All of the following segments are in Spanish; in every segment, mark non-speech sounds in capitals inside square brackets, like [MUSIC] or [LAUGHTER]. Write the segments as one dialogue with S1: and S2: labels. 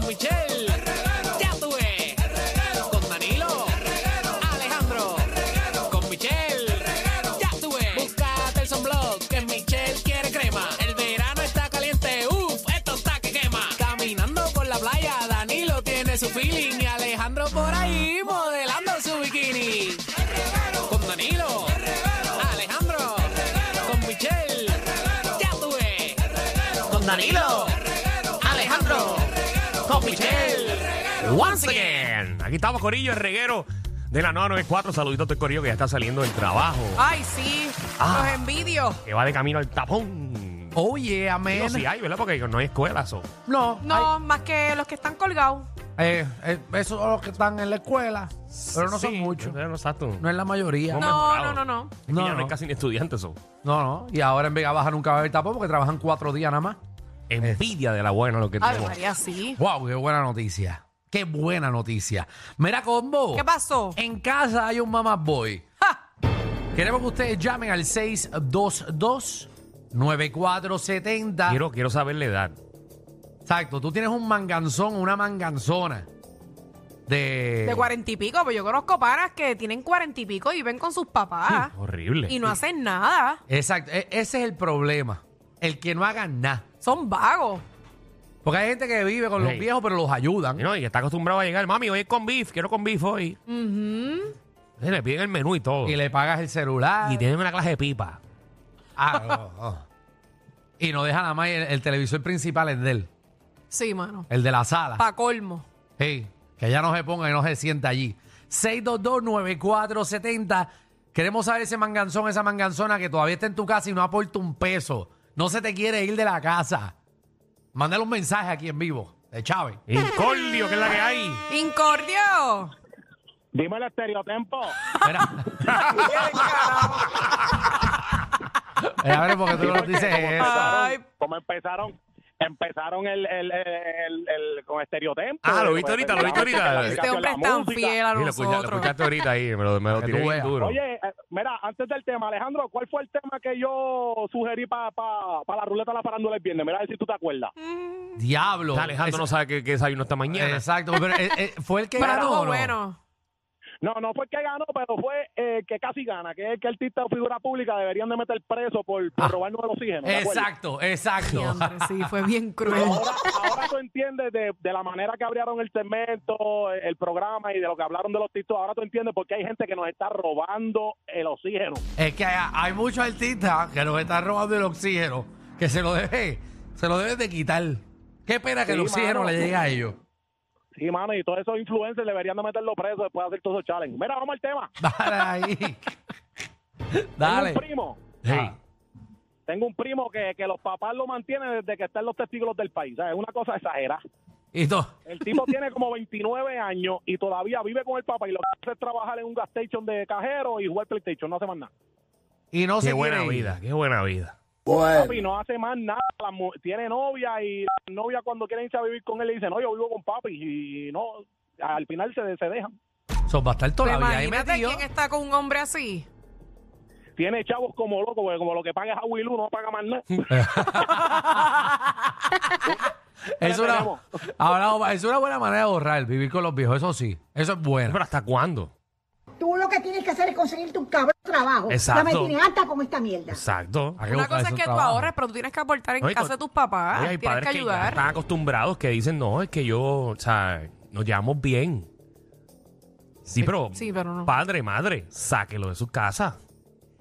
S1: Michelle. Ya tuve. Con Danilo. Alejandro. Con Michelle. Ya tuve. Búscate el sunblock que Michelle quiere crema. El verano está caliente. Uf, esto está que quema. Caminando por la playa, Danilo tiene su feeling y Alejandro por ahí modelando su bikini. Con Danilo. Alejandro. Con Michelle. Ya tuve. Con Danilo. Alejandro. Con Michelle.
S2: Once again. Aquí estamos, Corillo, el reguero de la 994. Saluditos a todo el Corillo que ya está saliendo del trabajo.
S3: Ay, sí,
S2: Ah.
S3: los envidio.
S2: Que va de camino al tapón.
S4: Oye, amén.
S2: No, sí hay, ¿verdad? Porque no hay escuelas. o-
S4: Oh, No,
S3: No, más que los que están colgados.
S4: hay- eh, eh, esos son los que están en la escuela, pero no son
S2: Sí,
S4: muchos.
S2: No, exacto.
S4: No es la mayoría.
S2: No,
S4: No,
S3: No,
S2: mejorado.
S3: no, no, no.
S2: Es que
S4: No,
S2: ya no hay
S4: no.
S2: casi ni estudiantes. son.
S4: no. Y ahora en Vega Baja nunca va a haber tapón porque trabajan cuatro días nada más.
S2: Envidia de la buena lo que
S3: Ay,
S2: tenemos.
S3: María, sí.
S4: ¡Wow! ¡Qué buena noticia! ¡Qué buena noticia! Mira, Combo.
S3: ¿Qué pasó?
S4: En casa hay un mamá boy.
S3: Ja.
S4: Queremos que ustedes llamen al 622 9470.
S2: Quiero, quiero saber la edad.
S4: Exacto, tú tienes un manganzón, una manganzona de...
S3: De cuarenta y pico, pues yo conozco panas que tienen cuarenta y pico y ven con sus papás
S2: Horrible.
S3: Ah. y no hacen nada.
S4: Exacto, e- ese es el problema. El que no haga nada.
S3: Son vagos.
S4: Porque hay gente que vive con
S2: Sí.
S4: los viejos, pero los
S2: Y
S4: ayudan.
S2: no, y que está acostumbrado a llegar. Mami, hoy es con beef. Quiero con beef hoy. Sí, Le piden el menú y todo.
S4: Y
S2: Y,
S4: le pagas el celular.
S2: tienen una clase de pipa.
S4: Ah, no, no. Y no deja nada más el, el televisor principal, es de él,
S3: Sí, mano.
S4: el de la sala.
S3: Pa' colmo.
S4: Sí, que ya no se ponga y no se sienta allí. 6229470. Queremos saber ese manganzón, esa manganzona que todavía está en tu casa y no aporta un peso. No se te quiere ir de la casa. Mándale un mensaje aquí en vivo de Chávez.
S3: [LAUGHS]
S2: Incordio, que es la que hay.
S3: Incordio.
S5: Dime el estereotipo.
S4: Espera. [LAUGHS] Eh, a ver, porque tú no nos dices eso.
S3: Ay.
S5: Como empezaron, empezaron el, el, el, el- el- con estereotipo.
S2: Ah, lo viste ahorita, lo viste ahorita.
S3: Este hombre es tan fiel a
S2: Sí, lo escucha- pues lo
S3: nosotros.
S2: escuchaste ahorita ahí, me lo, me lo
S4: Para que
S2: tiré
S4: tú
S2: bien
S4: veas.
S2: duro.
S5: Oye, eh, mira, antes del tema, Alejandro, ¿cuál fue el tema que yo sugerí para la ruleta de la farándula el viernes? Mira a ver si tú te acuerdas.
S4: Diablo.
S2: Alejandro no sabe qué, qué desayuno esta mañana.
S4: Exacto, pero eh, eh, fue el que
S3: Pero
S4: ganó.
S3: estuvo
S4: o no?
S3: bueno.
S5: No, no fue el que ganó, pero fue eh, que casi gana, que es que artista o figura pública deberían de meter preso por,
S2: Ah.
S5: por robarnos el oxígeno. ¿te acuerdas?
S4: Exacto, exacto.
S3: Diantre, Sí, fue bien
S5: [LAUGHS]
S3: cruel.
S5: Ahora, ahora tú entiendes de, de la manera que abrieron el segmento, el programa y de lo que hablaron de los títulos. Ahora tú entiendes por qué hay gente que nos está robando el oxígeno.
S4: [LAUGHS] Es que hay, hay muchos artistas que nos están robando el oxígeno, que se lo debe, se lo deben de quitar. Qué pena que el
S5: Sí,
S4: oxígeno
S5: mano.
S4: le llegue
S3: [LAUGHS]
S4: a ellos.
S5: Sí, mano, y todos esos influencers deberían de meterlo preso después de hacer todos esos challenges. Mira, vamos al tema.
S3: [LAUGHS]
S4: Dale ahí.
S5: Tengo un
S4: Dale.
S5: primo,
S2: Hey,
S5: tengo un primo que, que los papás lo mantienen desde que están los testículos del país. ¿sabes? Es una cosa exagerada.
S4: Y todo.
S5: El tipo tiene como 29 años y todavía vive con el papá y lo que hace es trabajar en un gas station de cajero y jugar PlayStation. No hace más nada.
S4: Y no
S2: qué
S4: se
S2: buena
S4: quiere ir.
S2: vida, qué buena vida.
S5: Papi, no hace más nada. La mu- tiene novia y la novia cuando quieren irse a vivir con él le dicen, no, yo vivo con papi. Y no, al final se, se dejan.
S4: Eso va a estar toda
S3: Pero
S4: la vida ahí
S3: imagínate
S4: metido.
S3: quién está con un hombre así.
S5: Tiene chavos como loco, porque como lo que paga es a Willu, no paga más nada.
S4: Es
S5: Ya
S4: una,
S5: tenemos.
S4: [LAUGHS] ahora, es una buena manera de ahorrar, vivir con los viejos, eso sí. Eso es bueno.
S2: Pero ¿hasta cuándo?
S6: Tú lo que tienes que hacer es conseguirte un cabrón trabajo.
S2: Exacto.
S6: Ya me tienes harta con esta mierda.
S2: Exacto.
S4: Hay que
S3: Una
S4: buscar
S3: cosa es
S4: esos
S3: que tú
S4: trabajos.
S3: ahorres, pero tú tienes que aportar en
S2: Oye,
S3: casa
S2: con-
S3: de tus papás.
S2: Oye, hay
S3: Ah, tienes
S2: padres
S3: que
S2: que, ya
S3: ayudar.
S2: están acostumbrados que dicen, no, es que yo, o sea, nos llevamos bien. Sí, pero,
S3: sí, pero no.
S2: padre, madre, sáquelo de su casa.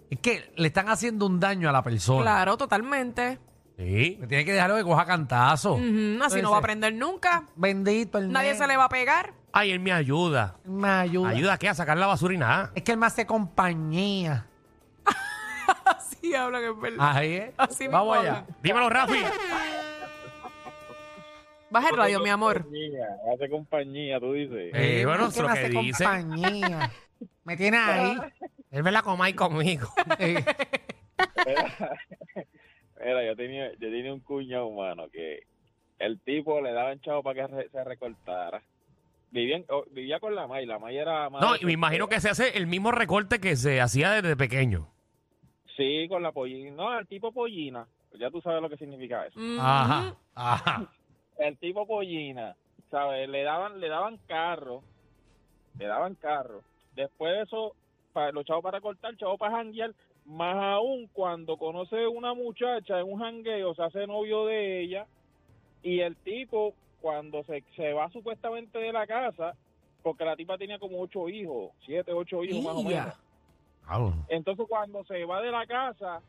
S4: Es que le están haciendo un daño a la persona.
S3: Claro, totalmente.
S2: Sí.
S4: Me tiene que dejarlo que coja cantazo.
S3: Ujú, Así no va a aprender nunca.
S4: Bendito el
S3: Mm. Nadie
S4: nene.
S3: se le va a pegar. [LAUGHS]
S2: Ay, él me ayuda.
S4: Me ayuda.
S2: ¿Ayuda a qué? A sacar la basura y nada.
S4: Es que él me hace compañía.
S3: Así habla que es verdad.
S4: Ahí es.
S3: Así mismo
S4: Vamos allá.
S3: habla.
S2: Dímelo, Rafi.
S3: Baja el radio, mi amor.
S5: Hace compañía, tú dices.
S2: Eh, bueno,
S4: es
S2: eso es lo que dice.
S3: [LAUGHS]
S4: compañía. Me tiene ahí.
S2: Él me la coma ahí conmigo.
S4: Eh,
S7: Era, yo tenía, yo tenía un cuñado humano que el tipo le daban chavo para que re- se recortara. Vivían, o- vivía con la May, la May era madre
S2: No, y me imagino que se hace el mismo recorte que se hacía desde pequeño.
S7: Sí, con la pollina. No, el tipo pollina. Ya tú sabes lo que significa eso.
S3: Mm,
S4: Ajá. Ajá.
S7: El tipo pollina ¿sabes? Le daban, le daban carro, le daban carro. Después de eso, pa- los chavos para cortar, chavos para janguear, más aún cuando conoce una muchacha en un jangueo, se hace novio de ella, y el tipo, cuando se, se va supuestamente de la casa, porque la tipa tenía como ocho hijos, siete, ocho hijos más o menos.
S4: Ya. Claro.
S7: Entonces cuando se va de la casa,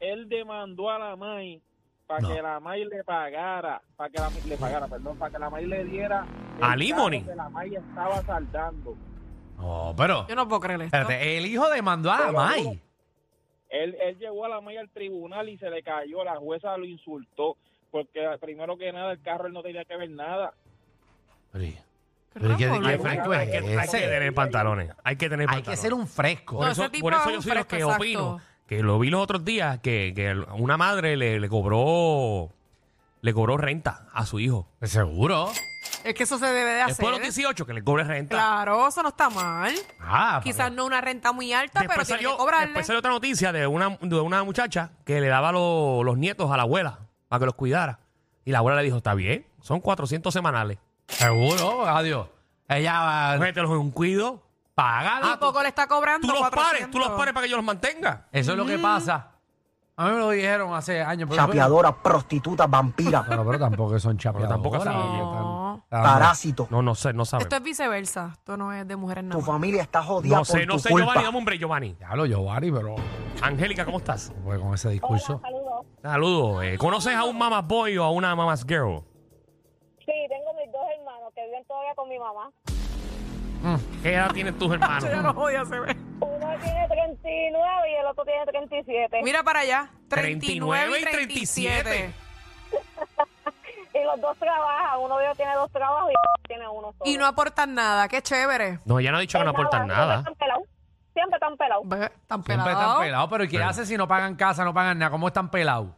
S7: él demandó a la May para
S4: No.
S7: que la May le pagara, para que la le pagara, perdón, para que la May le diera el
S2: Alimony.
S7: carro que la May estaba saldando.
S4: No, pero.
S3: Yo no puedo creer esto.
S4: Espérate, el hijo demandó a May.
S7: Él, él llevó a la May al tribunal y se le cayó, la jueza lo insultó, porque primero que nada el carro él no tenía que ver nada.
S4: Pero, ¿y
S3: Qué
S4: pero ¿y qué-
S3: raro,
S4: qué
S2: Hay,
S3: ¿no?
S2: hay-
S4: fresco
S2: hay que, hay
S4: es
S2: que
S4: ese?
S2: tener pantalones. Hay que tener
S4: Hay
S2: pantalones.
S4: que ser un fresco.
S2: Por
S3: No,
S2: eso,
S3: ese tipo
S2: por eso
S3: es
S2: yo
S3: un
S2: soy los
S3: fresco,
S2: que
S3: exacto.
S2: opino. Que lo vi los otros días que, que una madre le, le cobró le cobró renta a su hijo.
S4: Seguro.
S3: Es que eso se debe de hacer.
S2: Después de los 18 que le cobre renta.
S3: Claro, eso no está mal.
S4: Ah,
S3: Quizás no una renta muy alta,
S2: Después,
S3: pero tiene
S2: salió,
S3: que cobrarle.
S2: después salió otra noticia de una, de una muchacha que le daba lo- los nietos a la abuela para que los cuidara. Y la abuela le dijo, está bien, son 400 semanales.
S4: Seguro, adiós. Ella va.
S2: Mételos en un cuido,
S3: Y
S2: pagala.
S3: poco le está
S2: Ah,
S3: cobrando
S2: Tú los
S3: 400.
S2: pares, tú los pares para que yo los mantenga.
S4: Eso es lo que pasa. A mí me lo dijeron hace años. Pero,
S8: Chapeadora, prostituta, vampira,
S4: Pero, pero tampoco son chapeadoras.
S2: tampoco así.
S3: No.
S4: Tan- tan-
S8: parásito.
S2: No, no sé, no sabes.
S3: Esto es viceversa. Esto no es de mujeres nada
S8: Tu
S3: más.
S8: familia está jodida
S2: No sé,
S8: por
S2: no
S8: tu
S2: sé,
S8: culpa.
S2: Giovanni, dame un break, Giovanni.
S4: Diablo, Giovanni, pero
S2: Angélica, ¿cómo estás?
S4: pues, con ese discurso.
S9: Saludos.
S2: Saludos. Eh, ¿Conoces a un mamas boy o a una mamas girl?
S9: Sí, tengo mis dos hermanos que viven todavía con mi mamá.
S2: Mm, ¿Qué edad tienen tus
S3: [LAUGHS]
S2: hermanos?
S3: Yo no odio, se ve.
S9: Uno tiene 39 y el otro tiene 37.
S3: Mira para allá.
S2: 39
S3: 39
S2: y
S3: y
S2: 37.
S3: 37.
S9: Y los dos trabajan. Uno de ellos tiene dos trabajos y el otro tiene uno solo.
S3: Y no aportan nada. Qué chévere.
S2: No, ella no ha dicho que no aportan nada.
S9: Siempre están pelados. Siempre están pelados.
S3: Ve, Tan
S4: Siempre
S3: pelado.
S4: están pelados, pero ¿y qué hace si no pagan casa, no pagan nada? ¿Cómo están pelados?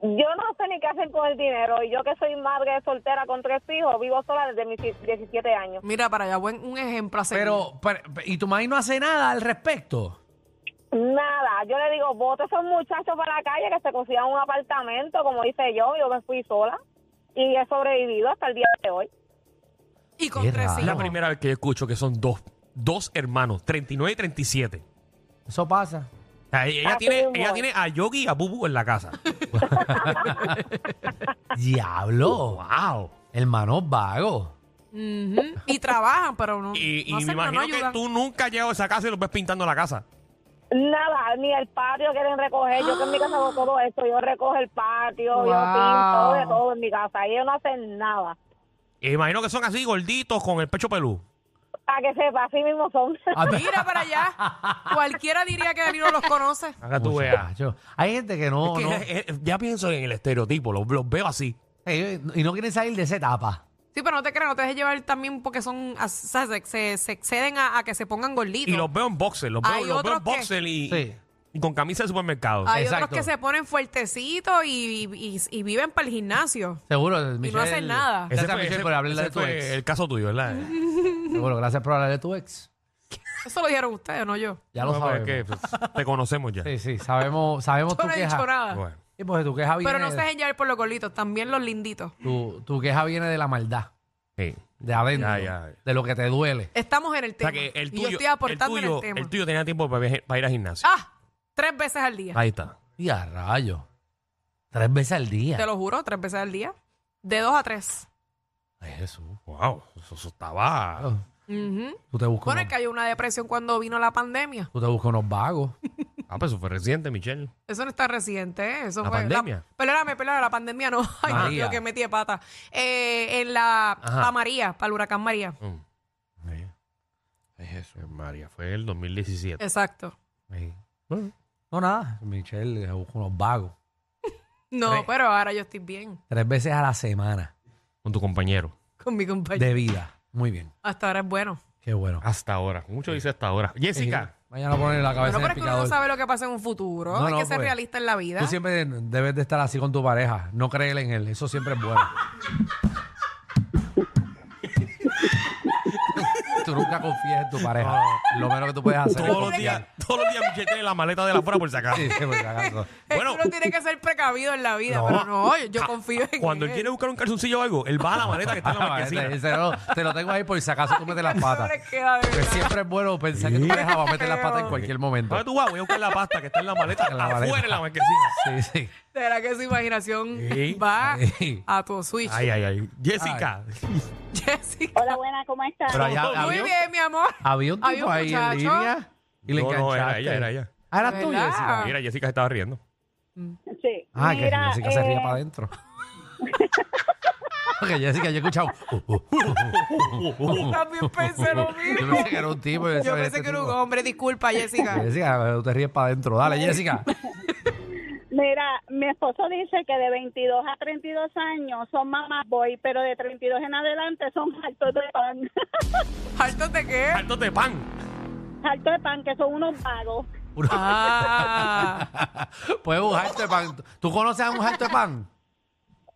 S9: Yo no sé ni qué hacer con el dinero. Y yo que soy madre soltera con tres hijos, vivo sola desde mis 17 años.
S3: Mira para allá. Buen, un ejemplo a seguir.
S4: Pero, pero- ¿y tu maíz no hace nada al respecto?
S9: Nada. Yo le digo, vote esos muchachos para la calle que se consigan un apartamento, como hice yo. Yo me fui sola y he sobrevivido hasta el día de hoy.
S3: y con
S4: Qué
S3: tres
S4: raro.
S2: Es la
S3: hijos.
S2: primera vez que yo escucho que son dos, dos hermanos, 39 y 37.
S4: Eso pasa.
S2: O sea, ella,
S9: Así
S2: tiene,
S9: mismo
S2: ella
S9: es.
S2: tiene a Yogi y a Bubu en la
S9: [LAUGHS]
S2: casa.
S4: Diablo.
S2: ¡Wow!
S4: Hermano vago.
S3: Ujú. Y trabajan, pero no.
S2: Y, y
S3: no
S2: me
S3: hacen nada, no
S2: imagino que
S3: ayudan.
S2: tú nunca has llegado a esa casa y los ves pintando la casa.
S9: Nada, ni el patio quieren recoger. Yo que en mi casa hago todo esto. Yo recojo el patio, yo
S3: Wow.
S9: pinto, de todo en mi casa. Ellos no hacen nada.
S2: Y me imagino que son así gorditos con el pecho peludo.
S9: Para que sepa, así mismo son.
S4: Ah, pues,
S3: Mira para allá. Cualquiera diría que Danilo los conoce.
S2: Acá tú veas.
S4: Muchacho, Hay gente que no,
S2: Es que,
S4: no-
S2: eh, eh, ya pienso en el estereotipo, los, los veo así.
S4: eh, y no quieren salir de esa etapa.
S3: Sí, pero no te creas, no te dejes llevar también porque son, o sea, se, se- se exceden a, a que se pongan gorditos.
S2: Y los veo en boxer, los
S3: Hay
S2: veo, los veo en
S3: otros que-
S2: boxer y,
S4: Sí.
S2: y con camisa de supermercado.
S3: Hay
S4: Exacto.
S3: otros que se ponen fuertecitos y, y- y- y viven para el gimnasio.
S4: Seguro,
S3: hacen nada.
S4: Gracias,
S2: fue-
S4: Michelle, por hablarle
S2: ese
S4: de tu
S2: fue
S4: ex.
S2: el caso tuyo, ¿verdad?
S4: Seguro, gracias por hablar de tu ex.
S3: Eso lo dijeron ustedes, no yo.
S4: Ya lo
S2: No, pero
S4: sabemos.
S2: es que, pues, te conocemos ya.
S4: Sí, sí, sabemos, sabemos
S3: Yo
S4: tu
S3: no he
S4: queja.
S3: dicho nada.
S2: Bueno.
S4: Sí, porque tu queja viene,
S3: Pero no se dejen llevar por los gorditos, también los linditos.
S4: tu, tu queja viene de la maldad,
S2: Sí.
S4: de adentro,
S2: Ya, ya.
S4: de lo que te duele.
S3: Estamos en el
S2: O sea
S3: tema.
S2: que el
S3: y yo
S2: tuyo,
S3: estoy
S2: el,
S3: aportando
S2: tuyo,
S3: en el tema.
S2: el tuyo tenía tiempo para, viaje- para ir al gimnasio.
S3: Ah, tres veces al día.
S2: Ahí está.
S4: Y a rayo. Tres veces al día.
S3: Te lo juro, tres veces al día. De dos a tres.
S4: Ay, Jesús.
S2: Wow, eso, eso estaba.
S3: Ujú.
S4: Tú te buscas
S3: Bueno, es
S4: unos,
S3: que hay una depresión cuando vino la pandemia.
S4: tú te buscas unos vagos.
S2: Ah, pues eso fue reciente, Michelle.
S3: Eso no está reciente, ¿eh? Eso
S2: ¿La
S3: fue.
S2: pandemia?
S3: perdóname, perdóname, la pandemia no. [LAUGHS] Ay, Dios
S4: María.
S3: mío, que metí de pata. Eh, en la.
S2: Ajá.
S3: Pa' María, para el huracán María.
S2: Mm. Es eso. María, fue el 2017.
S3: Exacto.
S4: Sí. Bueno, No, nada. Michelle se busca unos vagos.
S3: No,
S4: Tres.
S3: pero ahora yo estoy bien
S4: Tres veces a la semana
S2: Con tu compañero.
S3: con mi compañero.
S4: de vida. Muy bien.
S3: Hasta ahora es bueno.
S4: Qué bueno.
S2: Hasta ahora. Mucho dice hasta ahora. Jessica.
S4: Mañana ponen la
S3: Pero
S4: cabeza en
S3: pero
S4: el
S3: es que uno no
S4: picador.
S3: sabe lo que pasa en un futuro.
S4: No,
S3: Hay
S4: no,
S3: que ser
S4: pues.
S3: realista en la vida.
S4: Tú siempre debes de estar así con tu pareja. No creer en él. Eso siempre
S2: [LAUGHS]
S4: es bueno. tú nunca confías en tu pareja. Lo menos que tú puedes hacer. es
S2: Todos los
S4: confiar.
S2: días, todos los días Michelle tiene la maleta de la fuera por si acaso. [LAUGHS]
S4: Sí, sí, por si acaso.
S3: Es
S2: Bueno,
S3: [LAUGHS] uno tiene que ser precavido en la vida,
S2: No.
S3: pero no, yo, yo
S2: Ja-
S3: confío en
S2: Ah, Cuando él
S3: él.
S2: quiere buscar un calzoncillo o algo, él va a la maleta que está en [LAUGHS] la
S4: Ah,
S2: marquesina.
S4: Te, te lo, te lo tengo ahí por si acaso tú metes las patas.
S3: Sobre queda, de
S4: Que
S3: verdad.
S4: siempre es bueno pensar que tú
S2: Sí.
S4: vas a meter las
S2: [LAUGHS]
S4: patas en cualquier momento.
S2: Ahora tú vas, voy a buscar la pasta que está en la maleta,
S4: En la
S2: afuera
S4: maleta.
S2: en la marquesina.
S4: Sí, sí.
S3: Será que su imaginación
S2: Sí.
S3: va
S4: Sí.
S3: a tu switch.
S2: Ay, ay, ay. Jessica.
S3: Jessica.
S9: [LAUGHS] Hola, buena, ¿cómo estás?
S4: Pero allá
S3: Muy
S4: había, un-
S3: bien, mi amor.
S4: había un
S3: Había
S4: tipo
S3: un
S4: ahí en
S3: muchacho.
S4: línea y le
S2: No, no,
S4: enganchaste.
S2: era ella, era ella.
S4: Ah, eras tú,
S3: ¿Verdad?
S4: Jessica.
S2: Mira, Jessica se estaba riendo.
S9: Sí.
S4: Ah, que
S9: Mira,
S4: Jessica se
S9: eh,
S4: ría
S3: [LAUGHS]
S4: para adentro. Porque Jessica, yo he escuchado. [LAUGHS]
S3: También pensé lo mismo.
S4: Yo pensé que era un tipo. este
S3: Yo pensé que era un
S4: tipo.
S3: hombre. Disculpa,
S4: [LAUGHS]
S3: Jessica.
S4: Jessica, tú te ríes para adentro. Dale, Jessica.
S9: Mira, mi esposo dice que de 22 a 32 años son mamá boy, pero de 32 en adelante son altos de pan. [LAUGHS]
S3: ¿Hartos de qué?
S2: Saltos de pan.
S9: altos de pan, que son unos vagos.
S3: Ah.
S4: [LAUGHS] Puedes un jarto de pan. ¿Tú conoces a un jarto de pan?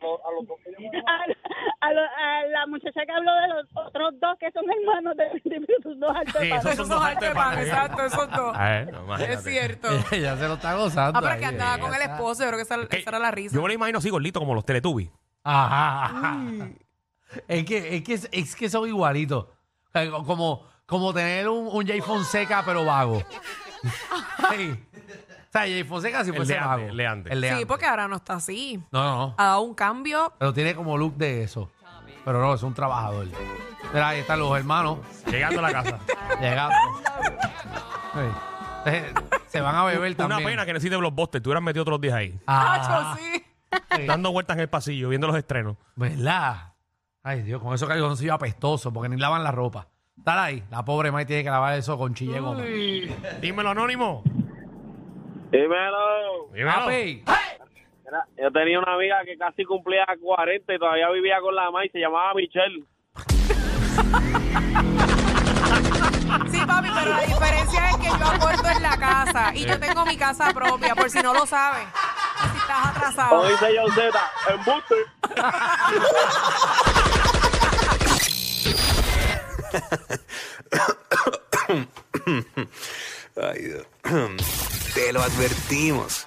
S9: A, a lo- a la muchacha que habló de los otros dos que son hermanos de, de sus dos altos de
S2: Sí,
S9: pan.
S2: esos
S3: Esos son hartos de pan, exacto, esos dos.
S2: A ver, no, Ah, imagínate.
S3: Es
S4: [LAUGHS]
S3: cierto.
S4: Ella se lo está gozando.
S3: Ah, pero que
S4: ahí, eh,
S3: andaba
S4: ella
S3: con el
S4: está-
S3: esposo, yo creo que esa,
S2: Que
S3: esa era la risa.
S2: Yo me lo imagino así gordito como los Teletubbies.
S4: Ajá. ajá. Es que, es que, es que son igualitos. O sea, Como, como tener un, un Jay Fonseca,
S3: [LAUGHS]
S4: pero vago. Sí. O sea, Jay Fonseca si
S2: El
S4: fuese
S2: de antes,
S4: vago.
S2: el de antes.
S4: El de
S3: Sí,
S4: antes.
S3: porque ahora no está así.
S4: No, no, no.
S3: Ha dado un cambio.
S4: Pero tiene como look de eso. Pero no, es un trabajador. Mira, ahí están los hermanos
S2: Llegando a la casa.
S4: llegando. Sí. Eh, Se van a beber
S2: Una
S4: también.
S2: pena que necesite Blockbuster. Tú hubieras metido otros días ahí.
S4: Ah,
S3: Hacho, sí.
S4: sí.
S2: Dando vueltas en el pasillo, viendo los estrenos.
S4: ¿Verdad? Ay, Dios, con esos calzoncillos apestosos, porque ni lavan la ropa. Dale ahí. La pobre May tiene que lavar eso con chille de goma.
S2: Dímelo, Anónimo.
S5: Dímelo.
S2: Dímelo.
S4: Papi.
S5: Mira, Yo tenía una amiga que casi cumplía 40 y todavía vivía con la mamá y se llamaba Michelle.
S3: Sí, papi, pero la diferencia es que yo aporto en la casa y yo tengo mi casa propia, por si no lo sabes. Si estás atrasado.
S5: Como dice Joseta, embuste.
S10: Ay, Dios. Te lo advertimos.